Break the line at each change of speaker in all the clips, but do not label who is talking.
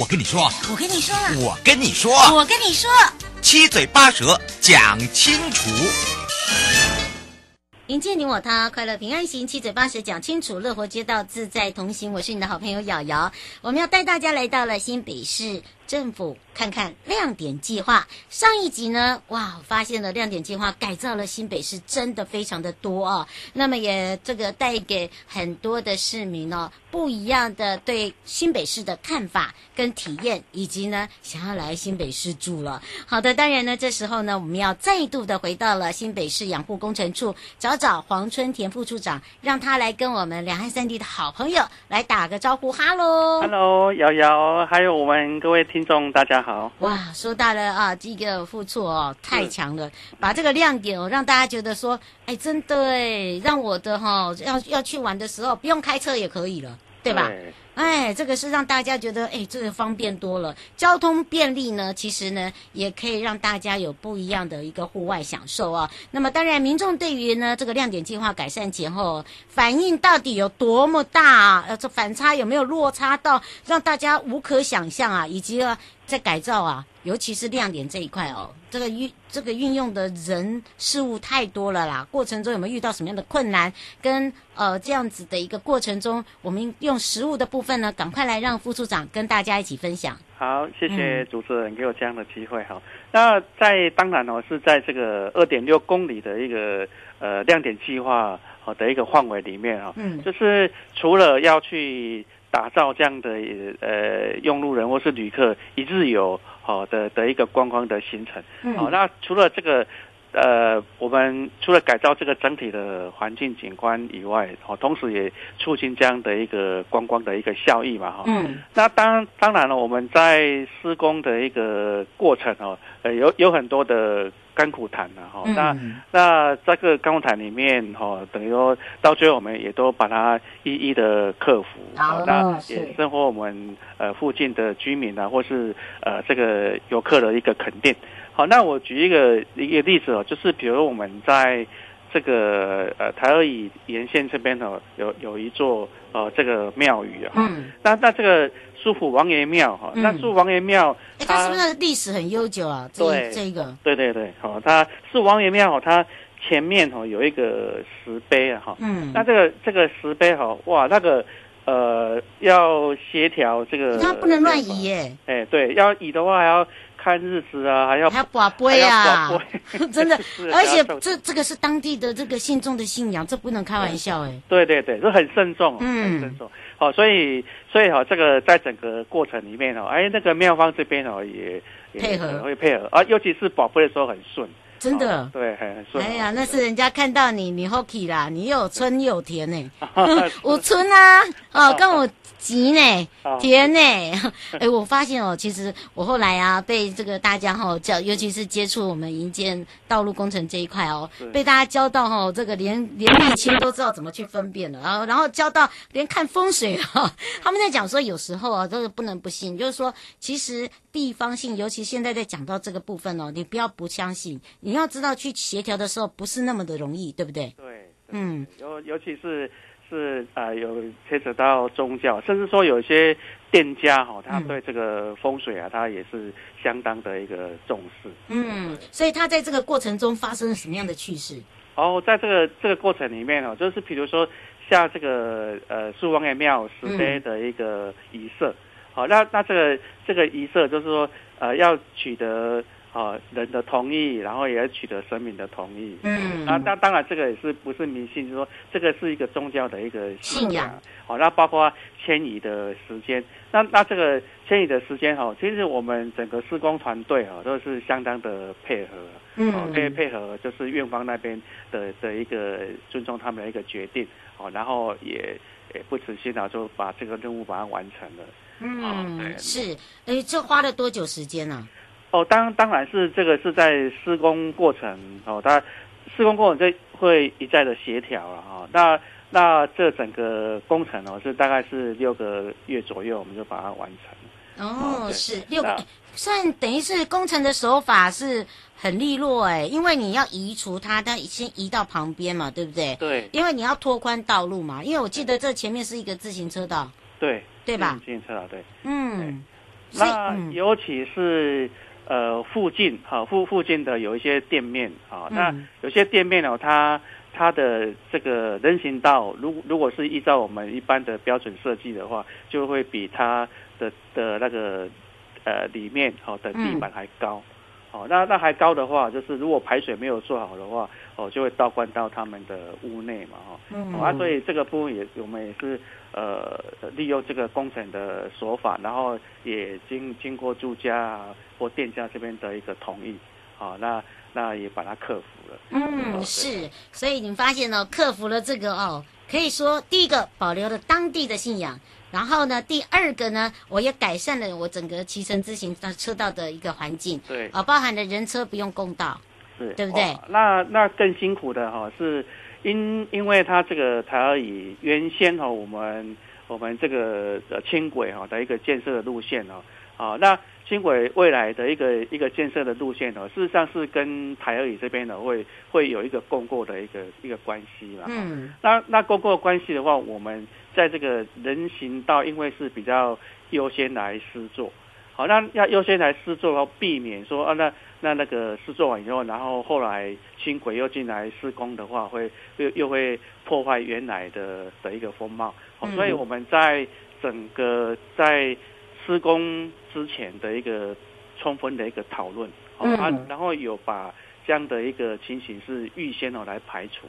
我跟你说，
我跟你说，啊
我跟你说，
我跟你说，
七嘴八舌讲清楚。
迎接你我他，快乐平安行，七嘴八舌讲清楚，乐活街道自在同行。我是你的好朋友瑶瑶，我们要带大家来到了新北市政府看看亮点计划。上一集呢，哇，发现了亮点计划改造了新北市，真的非常的多啊、那么也这个带给很多的市民哦不一样的对新北市的看法跟体验，以及呢想要来新北市住了。好的，当然呢，这时候呢，我们要再度的回到了新北市养护工程处，找找黄春田副处长，让他来跟我们两岸三地的好朋友来打个招呼，哈喽。
Hello，瑶瑶，还有我们各位听众，大家好。
哇，说到了啊，这个副处哦，太强了，把这个亮点哦，让大家觉得说，哎，真的哎，让我的哈、要要去玩的时候不用开车也可以了，对吧？哎，这个是让大家觉得，哎，这个方便多了，交通便利呢，其实呢，也可以让大家有不一样的一个户外享受啊。那么，当然，民众对于呢这个亮点计划改善前后反应到底有多么大啊？呃，这反差有没有落差到让大家无可想象啊？以及、啊、在改造啊，尤其是亮点这一块哦，这个运这个运用的人事物太多了啦，过程中有没有遇到什么样的困难？跟呃这样子的一个过程中，我们用实物的部分呢，赶快来让副处长跟大家一起分享。
好，谢谢
嗯
主持人给我这样的机会哈。那在当然哦，是在这个二点六公里的一个呃亮点计划好的一个范围里面啊、哦，
嗯
就是除了要去打造这样的呃用路人或是旅客一日游好的的一个观光的行程。
嗯，
好、那除了这个，呃，我们除了改造这个整体的环境景观以外，哦，同时也促进这样的一个观光的一个效益嘛，哈、
嗯
那当当然了，我们在施工的一个过程哦，呃，有有很多的甘苦谈了哈、
嗯
那那这个甘苦谈里面哈、哦，等于说到最后我们也都把它一一的克服。
哦
那
是
也收获我们呃附近的居民啊，或是呃这个游客的一个肯定。好，那我举一个一个例子哦，就是比如我们在这个呃台二乙沿线这边哦，有有一座呃这个庙宇啊、
嗯，
那那这个苏府王爷庙哈，
嗯
那苏王爷庙
哎，它
它
是不是历史很悠久啊？这
嗯对
一这一个，
对对对，好、它是王爷庙，它前面哦有一个石碑啊哈、
嗯，
那这个这个石碑哈、哇，那个呃要协调这个，
它不能乱移。耶，
哎，对，要移的话还要看日子啊，还要
还要把杯啊，
还要拔杯
真的
是，
而且
还要
这这个是当地的这个信众的信仰，这不能开玩笑哎。
对对对，这很慎重，
嗯
很慎重。好、所以所以哈、这个在整个过程里面哦，哎，那个妙方这边哦也也
配合
会配合啊，尤其是宝贝的时候很顺，
真的
哦对，很很顺。
哎呀，那是人家看到你，你 hockey 啦，你又有春又有哎田呢、
我
有春啊，哦，跟我急呢
哦，
甜呢、 哎，我发现哦，其实我后来啊，被这个大家哈、哦、教，尤其是接触我们营建道路工程这一块哦
是，
被大家教到哈、哦，这个连连沥青都知道怎么去分辨了，然后然后教到连看风水哈、 他们在讲说有时候啊，这个不能不信，就是说其实地方性，尤其现在在讲到这个部分哦，你不要不相信，你要知道去协调的时候不是那么的容易，对不对？
对，
嗯
嗯，尤尤其是是呃有牵扯到宗教，甚至说有一些店家哈、他
嗯
对这个风水啊，他也是相当的一个重视。
嗯，所以他在这个过程中发生了什么样的趣事？
然后哦在这个这个过程里面哦，就是比如说像这个呃树王爷庙石碑
嗯
的一个仪式，好、那那这个这个仪式就是说呃要取得啊、人的同意，然后也要取得神明的同意，
嗯
那那当然，这个也是不是迷信，就是说这个是一个宗教的一个
信仰。
好、那包括迁移的时间，那那这个迁移的时间哈、哦，其实我们整个施工团队哈、哦、都是相当的配合，
嗯
哦，配配合就是院方那边的的一个尊重他们的一个决定，哦，然后也。也不辞辛劳就把这个任务把它完成了。啊
嗯，
对
是，哎，这花了多久时间啊呢、
哦，当当然是这个是在施工过程哦，当然施工过程这会一再的协调了啊、哦。那那这整个工程哦是大概是六个月左右，我们就把它完成。
哦
哦，对
是六个，
那
哎算等于是工程的手法是很利落哎、因为你要移除它，它先移到旁边嘛，对不对？
对
因为你要拓宽道路嘛，因为我记得这前面是一个自行车道，
对
对吧？
自行车道对。
嗯，所以
那
嗯
尤其是呃附近啊附附近的有一些店面啊，那
嗯
有些店面哦，它它的这个人行道，如如果是依照我们一般的标准设计的话，就会比它的的那个呃里面哦的地
嗯
板还高。哦，那那还高的话，就是如果排水没有做好的话，哦，就会倒灌到他们的屋内嘛，哈、
嗯
哦，啊，所以这个部分也我们也是呃利用这个工程的手法，然后也经经过住家啊或店家这边的一个同意，啊，那那也把它克服了。
嗯，是，所以你发现哦，克服了这个哦，可以说第一个保留了当地的信仰，然后呢，第二个呢，我也改善了我整个骑乘自行车道的一个环境，
对，
啊、包含了人车不用共道，
是，
对不对
哇那那更辛苦的哈、哦是因因为它这个台而已，原先哈、我们我们这个呃轻轨哈、的一个建设的路线哦，啊，那轻轨未来的一个一个建设的路线哦，事实上是跟台而已这边呢哦会会有一个共构的一个一个关系嘛。
嗯
那那公共的关系的话，我们在这个人行道，因为是比较优先来施作，好，那要优先来施作，然后避免说啊，那那那个施作完以后，然后后来轻轨又进来施工的话，会又又会破坏原来的的一个风貌，好，
嗯
所以我们在整个在施工之前的一个充分的一个讨论，好
嗯
啊，然后有把这样的一个情形是预先哦来排除。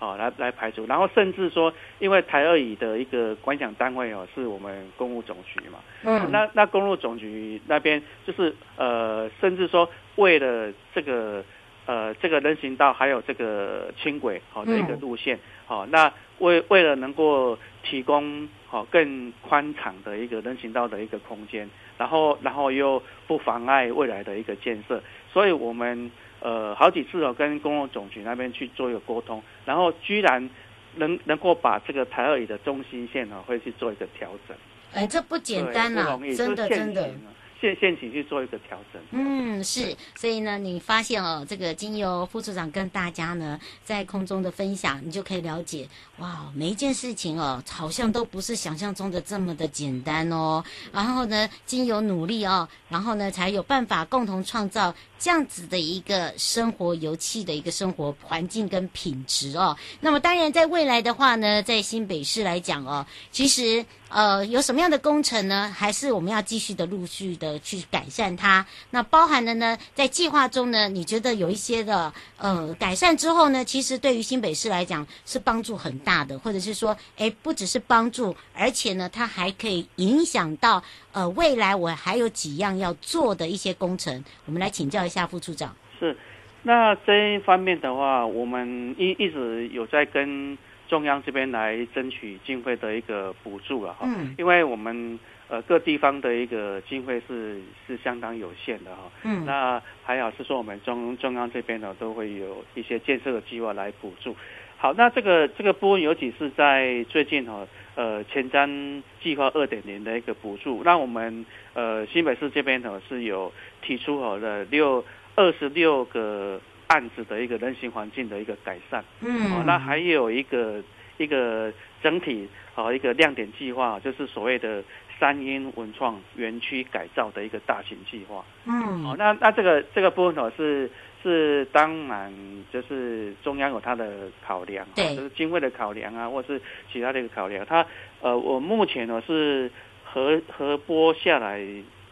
哦，来来排除，然后甚至说，因为台二乙的一个管辖单位哦，是我们公务总局嘛，
嗯，
那那公路总局那边就是呃，甚至说为了这个呃这个人行道还有这个轻轨好、的一个
嗯
路线，好、那为为了能够提供好、更宽敞的一个人行道的一个空间，然后然后又不妨碍未来的一个建设，所以我们呃好几次哦跟公路总局那边去做一个沟通，然后居然能能够把这个台二乙的中心线呢、哦、会去做一个调整。
哎，这不简
对
单
不
啊
容易，
真
就
的
是现
真的
行。啊现现行去做一个调整。啊
嗯，是，所以呢，你发现哦，这个经由副处长跟大家呢在空中的分享，你就可以了解，哇，每一件事情哦，好像都不是想象中的这么的简单哦。然后呢，经由努力哦，然后呢，才有办法共同创造这样子的一个生活油气的一个生活环境跟品质哦。那么当然，在未来的话呢，在新北市来讲哦，其实呃有什么样的工程呢？还是我们要继续的陆续的去改善它。那包含了呢，在计划中呢，你觉得有一些的呃改善之后呢，其实对于新北市来讲是帮助很大的，或者是说，哎，不只是帮助，而且呢，它还可以影响到呃未来我还有几样要做的一些工程。我们来请教一下副处长。
是，那这一方面的话，我们一一直有在跟中央这边来争取经费的一个补助了哈。
嗯
因为我们呃各地方的一个经费是是相当有限的哈、
嗯
那还好是说我们中中央这边呢都会有一些建设的计划来补助。好，那这个这个部分尤其是在最近哈、呃前瞻计划二点零的一个补助，那我们呃新北市这边呢是有提出好了六二十六个案子的一个人行环境的一个改善。
嗯，
哦，那还有一个一个整体哦，一个亮点计划，就是所谓的三英文创园区改造的一个大型计划。哦，
嗯
那那这个这个部分哦是是当然就是中央有它的考量，哦
对
就是经费的考量啊，或是其他的一个考量。它呃，我目前呢是核核拨下来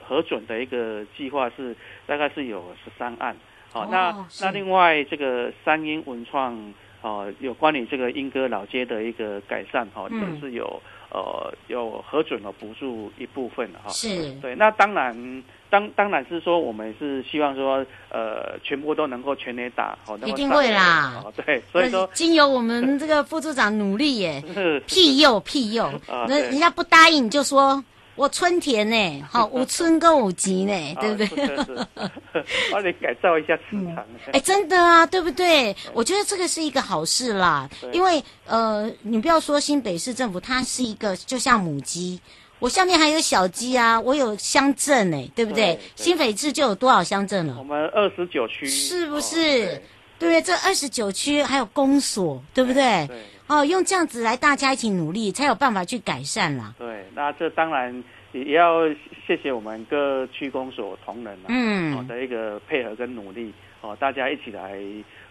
核准的一个计划是大概是有十三案。好、
哦
那
是
那另外这个三英文创哦，有关于这个莺歌老街的一个改善哦，
嗯
就是有呃有核准了补助一部分啊哈。
是
对，那当然，当当然是说我们是希望说，呃，全部都能够全垒打，哦，能够
一定会啦
上垒哦对，所以说
那经由我们这个副处长努力耶，
是
庇佑庇佑，
啊
那
对
人家不答应你就说。我春田 呢，好，我春跟五级呢，哎对不对？
啊、是是是， 帮你改造一下市场。
哎，真的啊，对不对？
嗯
我觉得这个是一个好事啦，
对
因为呃，你不要说新北市政府，它是一个就像母鸡，我下面还有小鸡啊，我有乡镇哎、对不对？
对对
新北市就有多少乡镇
我
了？
们二十九区
是不
哦
是？
对
对不对？这二十九区还有公所，对不对？
对
哦，用这样子来大家一起努力，才有办法去改善啦。
对，那这当然也也要谢谢我们各区公所同仁啊，
嗯
哦的一个配合跟努力哦，大家一起来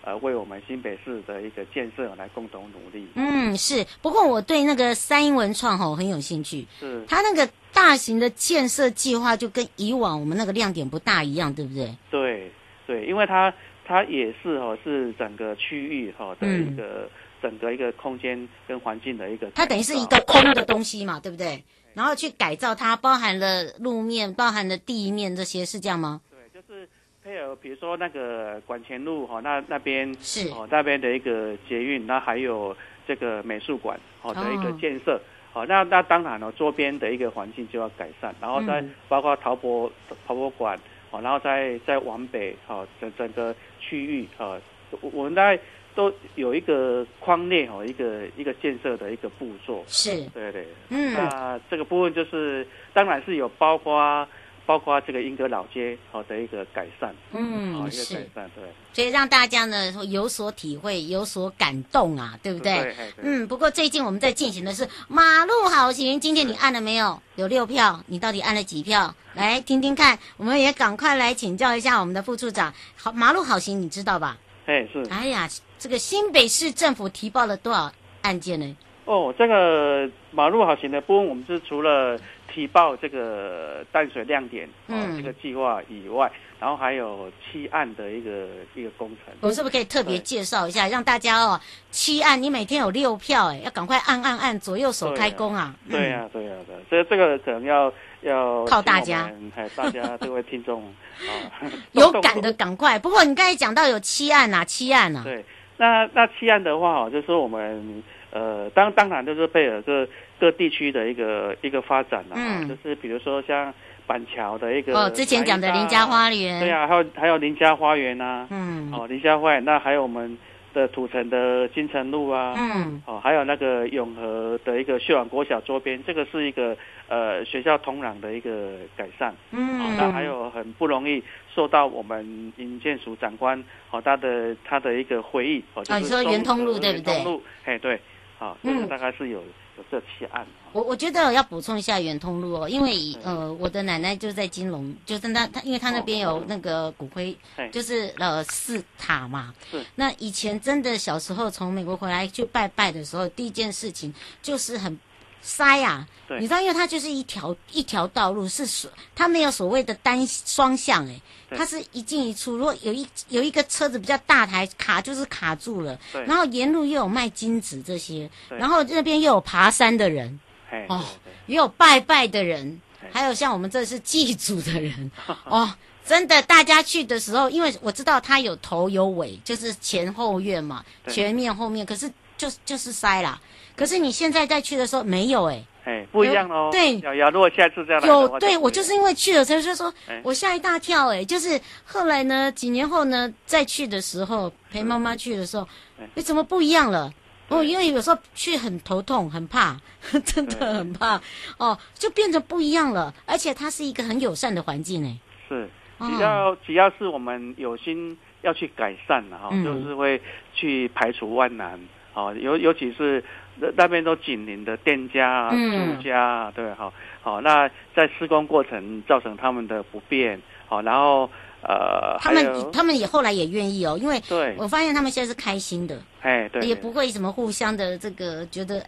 呃为我们新北市的一个建设来共同努力。
嗯，是。不过我对那个三英文创吼很有兴趣，
是，
它那个大型的建设计划就跟以往我们那个亮点不大一样，对不对？
对对，因为它它也是哦，是整个区域哦的
嗯
一个、整个一个空间跟环境的一个改造，
它等于是一个空的东西嘛，对不对？然后去改造它，包含了路面，包含了地面这些，是这样吗？
对，就是配合比如说那个管前路哦，那那边
是
哦那边的一个捷运，那还有这个美术馆哦的一个
哦
建设。哦，那那当然了、周边的一个环境就要改善，然后再
嗯
包括陶博陶博馆，哦，然后再再往北，哦，整整个区域，哦，我我们大概都有一个框列，哦，一个一个建设的一个步骤，
是，
对对。
嗯，
那这个部分就是，当然是有包括包括这个英格老街好的一个改善，哦
嗯
好一个
是
改善，对
所以让大家呢有所体会，有所感动啊，对不
对
对？
对对
嗯，不过最近我们在进行的是马路好行，今天你按了没有？有六票，你到底按了几票？来听听看，我们也赶快来请教一下我们的副处长。好，马路好行你知道吧？
哎是
哎呀，这个新北市政府提报了多少案件呢？
哦，这个马路好行的部分，我们是除了提报这个淡水亮点哦、
嗯
这个计划以外，然后还有七岸的一个一个工程。
我们是不是可以特别介绍一下，让大家哦，七按你每天有六票，哎，要赶快按按按，左右手开工啊！
对呀、对呀、对啊，这这个可能要要
靠大
请我
家，
们，哎，大家各位听众 啊
有感的赶快。不过你刚才讲到有七案呐、啊，七案呐、啊，
对，那那西岸的话哦，就是说我们呃，当当然就是配合各各地区的一个一个发展了、啊，
嗯
就是比如说像板桥的一个
哦，之前讲的邻家花园，
对啊，还有还有林家花园呐、
嗯、
哦，林家花园，那还有我们的土城的金城路啊。
嗯，
哦，还有那个永和的一个秀朗国小周边，这个是一个呃学校通廊的一个改善。哦，
嗯，
那还有很不容易受到我们营建署长官哦他的他的一个回忆哦，就是
你说
中
圆通路
呃
对不对
圆通路，哎对，好、这
嗯
个大概是有有这七案。哦
我我觉得要补充一下圆通路哦，因为以
嗯
呃我的奶奶就在金龙，就是那她因为她那边有那个骨灰，
哎
就是呃寺塔嘛
是。
那以前真的小时候从美国回来去拜拜的时候，第一件事情就是很塞啊，
对
你知道，因为它就是一条一条道路，是所它没有所谓的单双向哎、
对
它是一进一出。如果有一有一个车子比较大台卡，就是卡住了。
对
然后沿路又有卖金子这些，
对
然后那边又有爬山的人，
哎，
哦
对对
也有拜拜的人，
对
还有像我们这是祭祖的人 哦。真的，大家去的时候，因为我知道它有头有尾，就是前后院嘛，
对
前面后面，可是就就是塞啦。可是你现在再去的时候没有哎、
哎，不一样哦。
对
瑶瑶，如果下次再来的
有
话，
对
不一
我就是
样
因为去了，才就说
哎
我吓一大跳哎、就是后来呢，几年后呢，再去的时候陪妈妈去的时候
哎，
哎，怎么不一样了？哦，
对
因为有时候去很头痛，很怕， 真的很
哎
怕哦，就变得不一样了。而且它是一个很友善的环境哎、
是
哦
只要只要是我们有心要去改善啊了哈、
嗯
就是会去排除万难。哦，尤尤其是那那边都紧邻的店家啊、
嗯
住家啊，对，好、好、那在施工过程造成他们的不便，好、然后呃，
他
还
们
有
他们也后来也愿意哦，因为
对
我发现他们现在是开心的，
哎，对，
也不会什么互相的这个觉得哎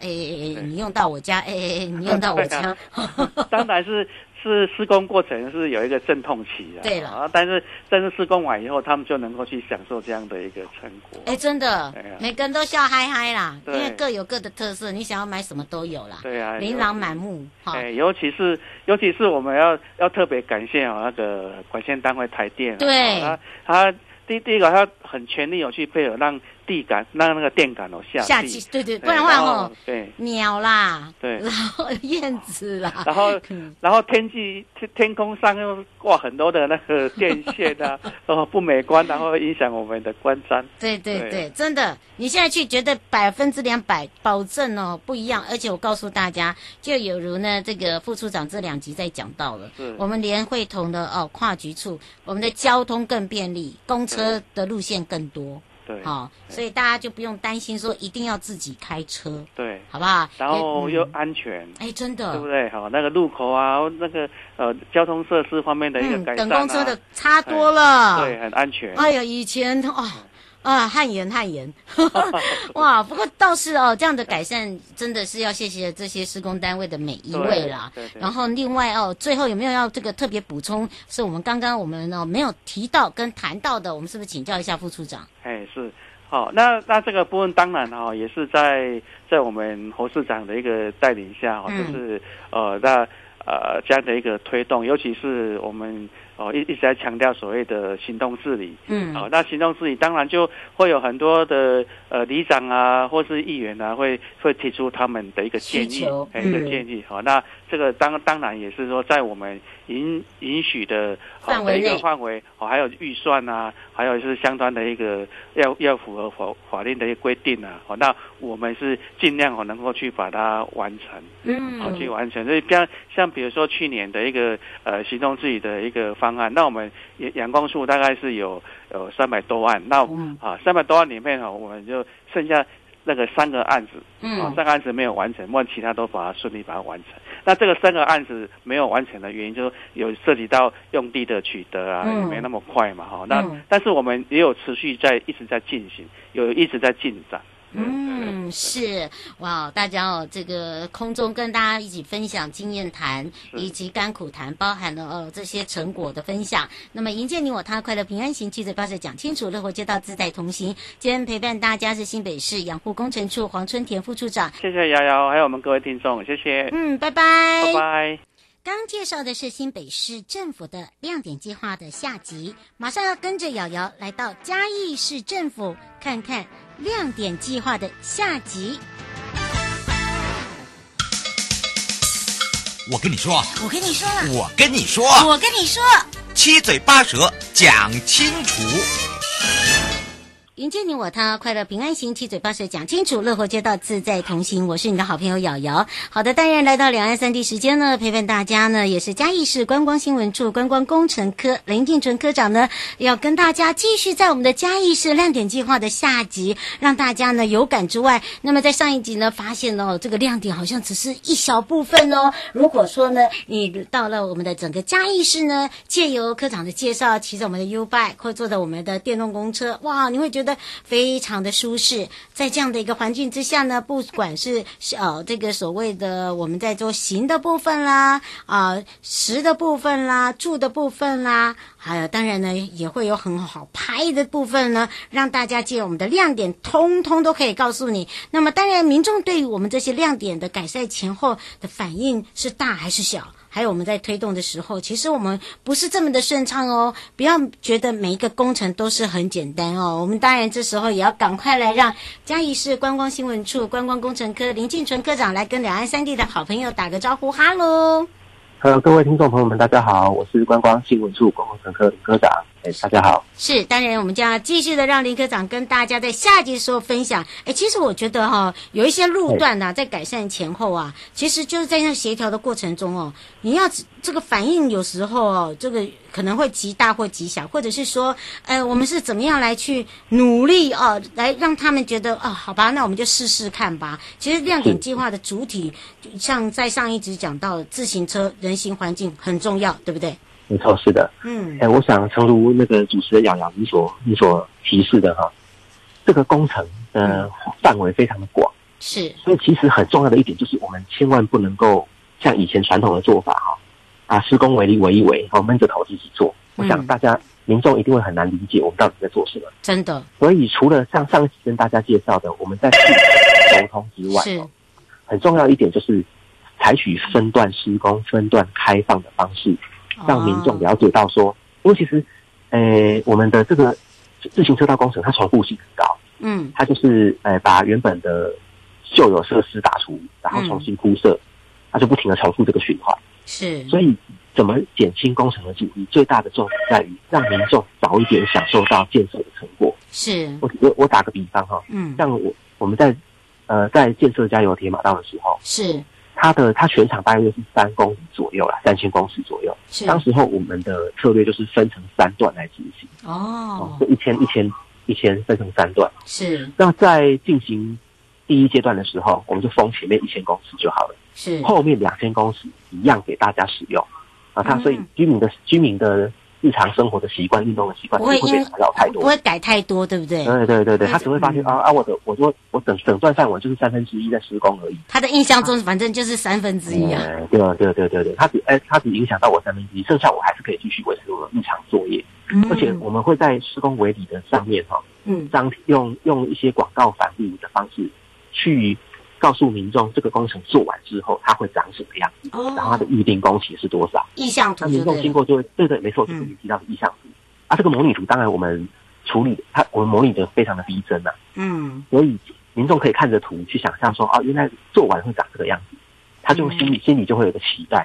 哎哎，
对
你用到我家，哎哎哎，你用到我
对
家
啊，当然是是施工过程是有一个阵痛期的，
对了
啊，但是但是施工完以后，他们就能够去享受这样的一个成果。
哎，真的
哎呀，
每个人都笑嗨嗨啦，因
对
为各有各的特色，你想要买什么都有啦，
对啊，
琳琅满目哈。
哎，尤其是尤其是我们要要特别感谢哦那个管线单位台电哦，
对
啊他他第第一个他很全力有去配合，让地感让那个电感哦下
夏
地
季，对对，
对
不然的话
然后
吼，
对
鸟啦，
对
然后燕子啦，
然后
嗯
然后天际天天空上又挂很多的那个电线 啊，哦不美观，然后影响我们的观瞻。
对对
对
对，真的，你现在去绝对百分之两百保证哦，不一样。而且我告诉大家，就有如呢这个副处长这两集在讲到了
是，
我们连会同的哦跨局处，我们的交通更便利，公车的路线更多，
对，哎
好、所以大家就不用担心说一定要自己开车，
对，
好不好？
然后
也
又
嗯
安全。
哎、真
对不
的，
对？好，那个路口啊，那个呃交通设施方面的一个
嗯，
改
等
善啊，
公车的啊差多了，
对，嗯很安全。
哎呀，以前哦。啊，汗颜汗 颜，哇！不过倒是哦，这样的改善真的是要谢谢这些施工单位的每一位啦
对对。对
然后另外哦，最后有没有要这个特别补充？是我们刚刚我们哦没有提到跟谈到的，我们是不是请教一下副处长？
哎，是。好，那那这个部分当然哈、也是在在我们侯市长的一个带领下哈、
嗯
就是呃，那呃这样的一个推动，尤其是我们哦一一直在强调所谓的行动治理，
嗯，
好、那行动治理当然就会有很多的呃里长啊，或是议员啊，会会提出他们的一个建
需
议
求，
哎、
嗯
的建议。好、那这个当当然也是说，在我们允允许的好
范围
的一个
内
范围，好、还有预算啊，还有就是相关的一个要要符合法法令的一个规定啊。好、那我们是尽量哦能够去把它完成。好去
嗯，
完成。所以像像比如说去年的一个呃行动自己的一个方案，那我们阳阳光树大概是有有三百多案，那
嗯
啊三百多案里面哈，我们就剩下。那个三个案子，啊，
嗯，
三个案子没有完成，问其他都把它顺利把它完成。那这个三个案子没有完成的原因，就是有涉及到用地的取得啊，
嗯
也没那么快嘛，哈、那、
嗯
但是我们也有持续在一直在进行，有一直在进展。对对
嗯，是哇，大家哦，这个空中跟大家一起分享经验谈以及甘苦谈，包含了呃这些成果的分享。那么迎接你我他，快乐平安行，七嘴八舌讲清楚，乐活街道自在同行。今天陪伴大家是新北市养护工程处黄春田副处长。
谢谢瑶瑶，还有我们各位听众，谢谢，
嗯，拜拜。
拜拜。
刚介绍的是新北市政府的亮点计划的下集，马上要跟着瑶瑶来到嘉义市政府看看亮点计划的下集。
我跟你说，
我跟你说了，
我跟你说，
我跟你说，
七嘴八舌讲清楚。
迎接你我他，快乐平安行，七嘴八舌讲清楚，乐活街道自在同行。我是你的好朋友瑶瑶。好的，当然来到两岸三地时间呢，陪伴大家呢也是嘉义市观光新闻处观光工程科林定纯科长呢，要跟大家继续在我们的嘉义市亮点计划的下集，让大家呢有感之外，那么在上一集呢发现哦，这个亮点好像只是一小部分哦。如果说呢你到了我们的整个嘉义市呢，借由科长的介绍，骑着我们的 U bike 或坐着我们的电动公车，哇，你会觉得非常的舒适。在这样的一个环境之下呢，不管是是呃这个所谓的我们在做行的部分啦，啊、食的部分啦，住的部分啦，还有当然呢也会有很好拍的部分呢，让大家借我们的亮点，通通都可以告诉你。那么当然，民众对于我们这些亮点的改善前后的反应是大还是小？还有我们在推动的时候，其实我们不是这么的顺畅哦。不要觉得每一个工程都是很简单哦。我们当然这时候也要赶快来让嘉义市观光新闻处观光工程科林进纯科长来跟两岸三地的好朋友打个招呼，哈喽。
呃，各位听众朋友们，大家好，我是观光新闻处观光乘客林科长。哎、大家好。
是，当然我们就要继续的让林科长跟大家在下集的时候分享。哎，其实我觉得哈、有一些路段呐、在改善前后啊，其实就是在那协调的过程中哦，你要这个反应有时候哦，这个可能会极大或极小，或者是说，呃，我们是怎么样来去努力哦，来让他们觉得哦，好吧，那我们就试试看吧。其实亮点计划的主体，就像在上一集讲到，自行车、人行环境很重要，对不对？
没错，是的。
嗯
哎、，我想诚如那个主持人杨洋你所你所提示的哈，这个工程的范围非常的广，
是，
所以其实很重要的一点就是，我们千万不能够像以前传统的做法哈，啊施工围篱围一围，哦闷着头自己做，我想
嗯
大家民众一定会很难理解我们到底在做什么。
真的
所以除了像上一期跟大家介绍的，我们在市场沟通之外，
是
哦很重要一点就是采取分段施工、分段开放的方式，让民众
哦
了解到说，因为其实，呃，我们的这个自行车道工程它重复性很高，
嗯
它就是呃把原本的旧有设施打除，然后重新铺设，它就不停的重复这个循环。
是，
所以，怎么减轻工程的阻力，最大的重点在于让民众早一点享受到建设的成果。
是
我我我打个比方哈、
嗯
像我我们在呃在建设加油铁马道的时候，
是
它的它全长大约是三公里左右啦，三千公尺左右。
是
当时候我们的策略就是分成三段来进行，
哦
就一千一千一千分成三段。
是
那在进行第一阶段的时候，我们就封前面一千公尺就好了，
是
后面两千公尺一样给大家使用啊。它
嗯
所以居民的居民的日常生活的习惯、运动的习惯
不会
不会
因
被打扰太多
不。会改太多，对不对？
对对对对，
嗯
他只会发现啊啊，我的我说我整整段范围就是三分之一在施工而已。
他的印象中反正就是三分之一啊，
嗯，对啊对啊对啊对啊对啊，他只哎他只影响到我三分之一，剩下我还是可以继续维持我的日常作业。嗯而且我们会在施工围里的上面哈、
嗯
张用用一些广告反例的方式去。告诉民众这个工程做完之后它会长什么样子，
哦
然后它的预定工期是多少，
意向
那
图
民
就
众
哦对
经
了，
过就会对对没错，就是你提到的意向图、啊，这个模拟图当然我们处理它我们模拟的非常的逼真呐、
嗯
所以民众可以看着图去想象说，哦，原来做完会长这个样子，他就心里、心里就会有个期待。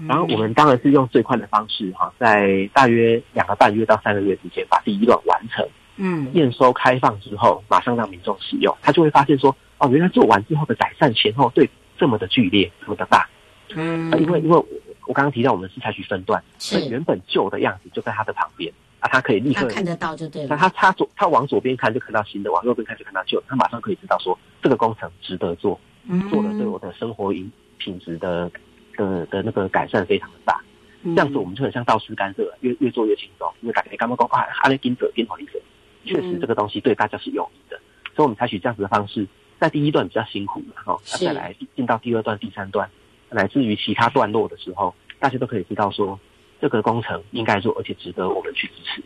嗯
然后我们当然是用最快的方式哈，在大约两个半月到三个月之间把第一段完成，
嗯
验收开放之后，马上让民众使用，他就会发现说，哦，原来做完之后的改善前后对比这么的剧烈，这么的大，
嗯
呃，因为因为我我刚刚提到我们是采取分段，所以
是
原本旧的样子就在他的旁边啊，他可以立
他
刻
看得到就对
那
了，
他他左他往左边看就看到新的，往右边看就看到旧的，他马上可以知道说这个工程值得做，做
嗯
了对我的生活影品质的的的那个改善非常的大。
这
这样子我们就很像倒吃甘蔗，越越做越轻松，因为感觉刚刚讲啊，阿雷金者变好一者，确实这个东西对大家是有益的，所以我们采取这样子的方式，在第一段比较辛苦嘛，哈、哦，那
是
再来进到第二段、第三段，乃至于其他段落的时候，大家都可以知道说这个工程应该做，而且值得我们去支持。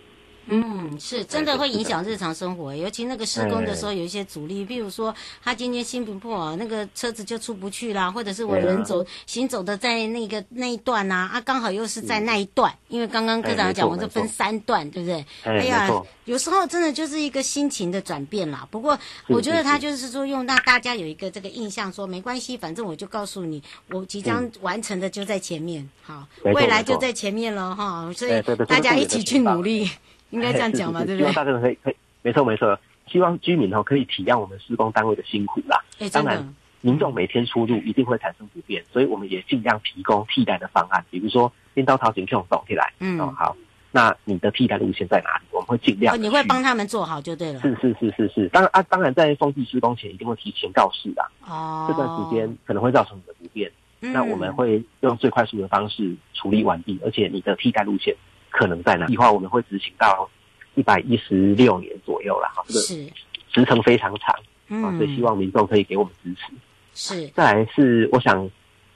嗯，是真
哎
的会影响日常生活，尤其那个施工的时候有一些阻力，比如说他今天心不破、啊，那个车子就出不去啦，或者是我
对啊
人走、行走的在那个那一段呐、啊，啊，刚好又是在那一段，因为刚刚科长讲，
哎没错
我这分
没错
三段，对不对？
哎，没错。
有时候真的就是一个心情的转变啦。不过我觉得他就是说用让大家有一个这个印象说，没关系，反正我就告诉你，我即将完成的就在前面，好，
嗯没错
未来
没错
就在前面了哈，所以
哎对对这个
大家
重点
一起
就
去
是吧
努力，应该这样讲吧，
哎是是
对不对
是希望？大家可以可以，没错没错，希望居民哦可以体谅我们施工单位的辛苦啦。
哎，真
当
的
然，民众每天出入一定会产生不便，所以我们也尽量提供替代的方案，比如说拎刀桃警这种动起来，
嗯
哦好，那你的替代路线在哪里？我们会尽量
哦，
去、
你会帮他们做好就对了。
是是是是是，当然啊，当然在封闭施工前一定会提前告示啊，
哦，
这段时间可能会造成你的不便，
嗯，
那我们会用最快速的方式处理完毕，而且你的替代路线可能在哪？计划我们会执行到一百一十六年左右啦，哈，哦这个
嗯是，
时程非常长啊，
嗯，
所以希望民众可以给我们支持。
是。
再来是我想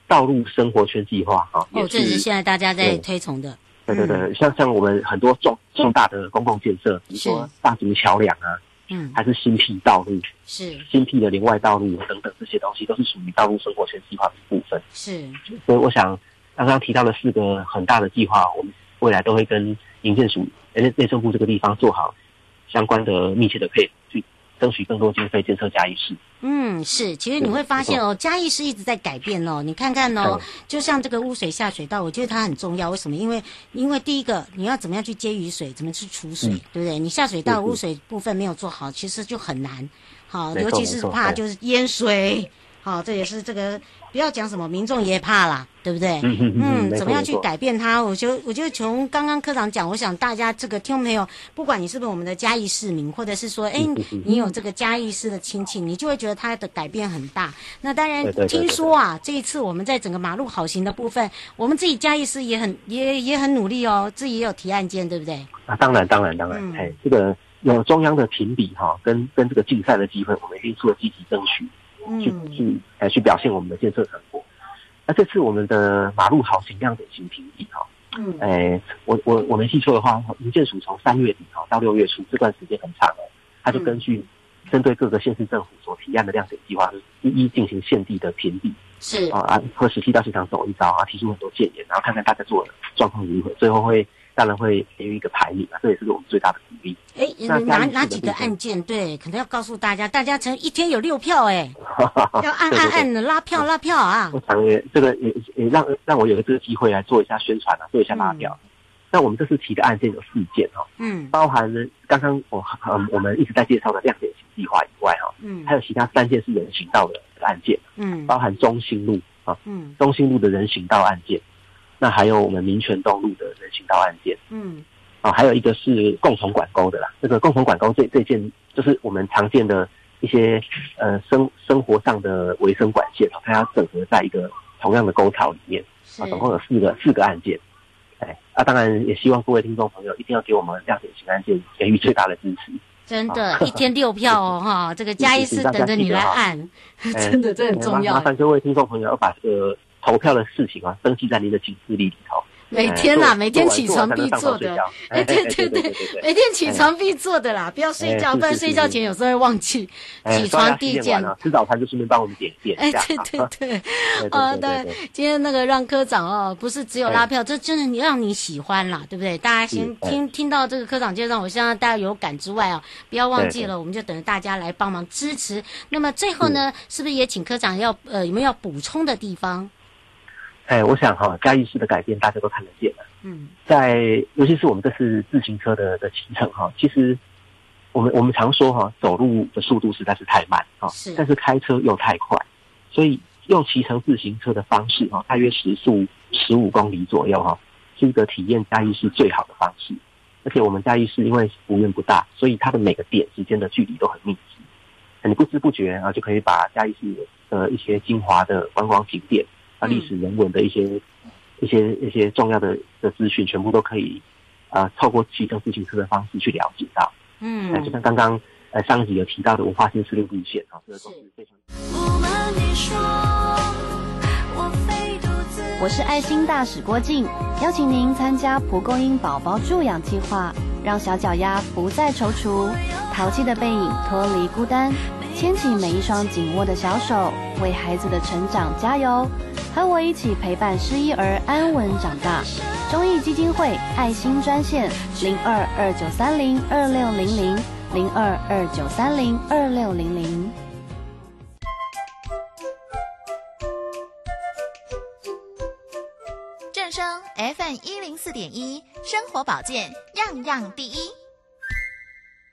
道路生活圈计划哈，
哦，
也
这也是
是
现在大家在
对
推崇的，
对对对，像像我们很多重重大的公共建设，比如说
嗯是
大竹桥梁啊，
嗯，
还是新辟道路、
是
新辟的连外道路等等这些东西，都是属于道路生活圈计划的一部分。
是，
所以我想刚刚提到的四个很大的计划，我们未来都会跟营建署、呃内内政部这个地方做好相关的密切的配合，去争取更多经费建设嘉义市。
嗯，是，其实你会发现哦，嘉义市一直在改变哦。你看看
嗯
哦，就像这个污水下水道，我觉得它很重要。为什么？因为因为第一个，你要怎么样去接雨水，怎么去储水，
嗯
对不对？你下水道
嗯嗯
污水部分没有做好，其实就很难。好，
没
尤
错
其是
没错
怕
对
就是淹水，好，这也是这个不要讲什么民众也怕啦，对不对？
嗯嗯
嗯，怎么样
没
去
错
改变它？我觉得，我觉得从刚刚科长讲，我想大家这个听众朋友，不管你是不是我们的嘉义市民，或者是说，哎
嗯嗯嗯，
你有这个嘉义市的亲戚，你就会觉得他的改变很大。那当然
对对，对
听说啊，这一次我们在整个马路好行的部分，我们自己嘉义市也很也也很努力哦，自己也有提案件，对不对？
啊，当然，当然，当然
嗯，
哎、这个有中央的评比哈、跟跟这个竞赛的机会，我们一定做积极争取，去
嗯，
去哎去表现我们的建设成果。那这次我们的马路好行量典型评比哈，
嗯
诶，哎我我我没记错的话，民建署从三月底哈到六月初这段时间很长哦，它就
嗯
根据针对各个县市政府所提案的亮点计划，就是一一进行县地的评比
是
啊，啊，和实际到现场走一遭啊，提出很多建言，然后看看大家做的状况如何，最后会当然会给予一个排名啊，这也是我们最大的鼓励。
哎，
那
哪
嘉义市
哪
的
几
部
个
分
案件？对，可能要告诉大家，大家成一天有六票哎、要按
啊对
按
对对
按的拉票拉票啊
我！想也这个也也让让我有个这个机会来做一下宣传啊，做一下拉票。那我们这次提的案件有四件哦，
嗯
包含了刚刚我嗯我们一直在介绍的亮点型计划以外哈、
嗯
还有其他三件是人行道的案件，
嗯
包含中兴路啊
嗯
中兴路的人行道案件，那还有我们民权东路的人行道案件
嗯
啊，还有一个是共同管沟的啦。这个共同管沟这这件就是我们常见的一些呃生生活上的维生管线啊，它要整合在一个同样的沟槽里面。
是
啊，总共有四个四个案件。哎，啊，当然也希望各位听众朋友一定要给我们亮点型案件给予最大的支 持。
真的
啊，
一天六票 哦哈！这个
是
嘉义
是
市
大
等
家
着
记
你
得
来
哈
按，
啊哎
真的这很
哎
重
麻
要欸
麻。烦各位听众朋友要把这个投票的事情啊，登记在您的行事历里头。
每
哎
天啦，
做
每天
做完
起
做完
床
才能
必
上
做
床
的
睡觉。
哎，
哎
对
哎
对
对
对
对对，
每天起床必做的啦，不要睡
哎
觉，
是
不然
是
睡
是
觉
是
前有时候会忘记
哎
起
刷牙
床
洗
第一
脸
件
完。了，吃早餐就顺便帮我们点点
哎
一下。，
对对对，
啊对
哦，
对
对，今天那个让科长哦，不是只有拉票，这真的你让你喜欢啦，对不对？大家先
嗯哎
听听到这个科长介绍，我相信大家有感之外啊，不要忘记
对
了，我们就等着大家来帮忙支持。那么最后
嗯
呢，是不是也请科长要呃有没有要补充的地方？
哎，我想哈，嘉义市的改变大家都看得见了。
嗯
在尤其是我们这次自行车的的行程哈，其实我们我们常说哈，走路的速度实在是太慢哈，
是
但是开车又太快，所以用骑乘自行车的方式哈，大约时速十五公里左右哈，是一个体验嘉义市最好的方式。而且我们嘉义市因为幅员不大，所以它的每个点之间的距离都很密集，你不知不觉啊就可以把嘉义市的一些精华的观光景点啊、
嗯
历史人文的一些一些一些重要的的资讯，全部都可以啊、呃透过骑乘自行车的方式去了解到。那、就
嗯，
像刚刚呃上一集有提到的文化新思路路线啊，这个都是非常。
不瞒你说，我非独自。
我是爱心大使郭靖，邀请您参加蒲公英宝宝助养计划，让小脚丫不再踌躇，淘气的背影脱离孤单，牵起每一双紧握的小手，为孩子的成长加油。和我一起陪伴失一儿安稳长大。中义基金会爱心专线零二二九三零二六零零零二二九三零二六零零。
正声 FM 一零四点一，生活保健样样第一。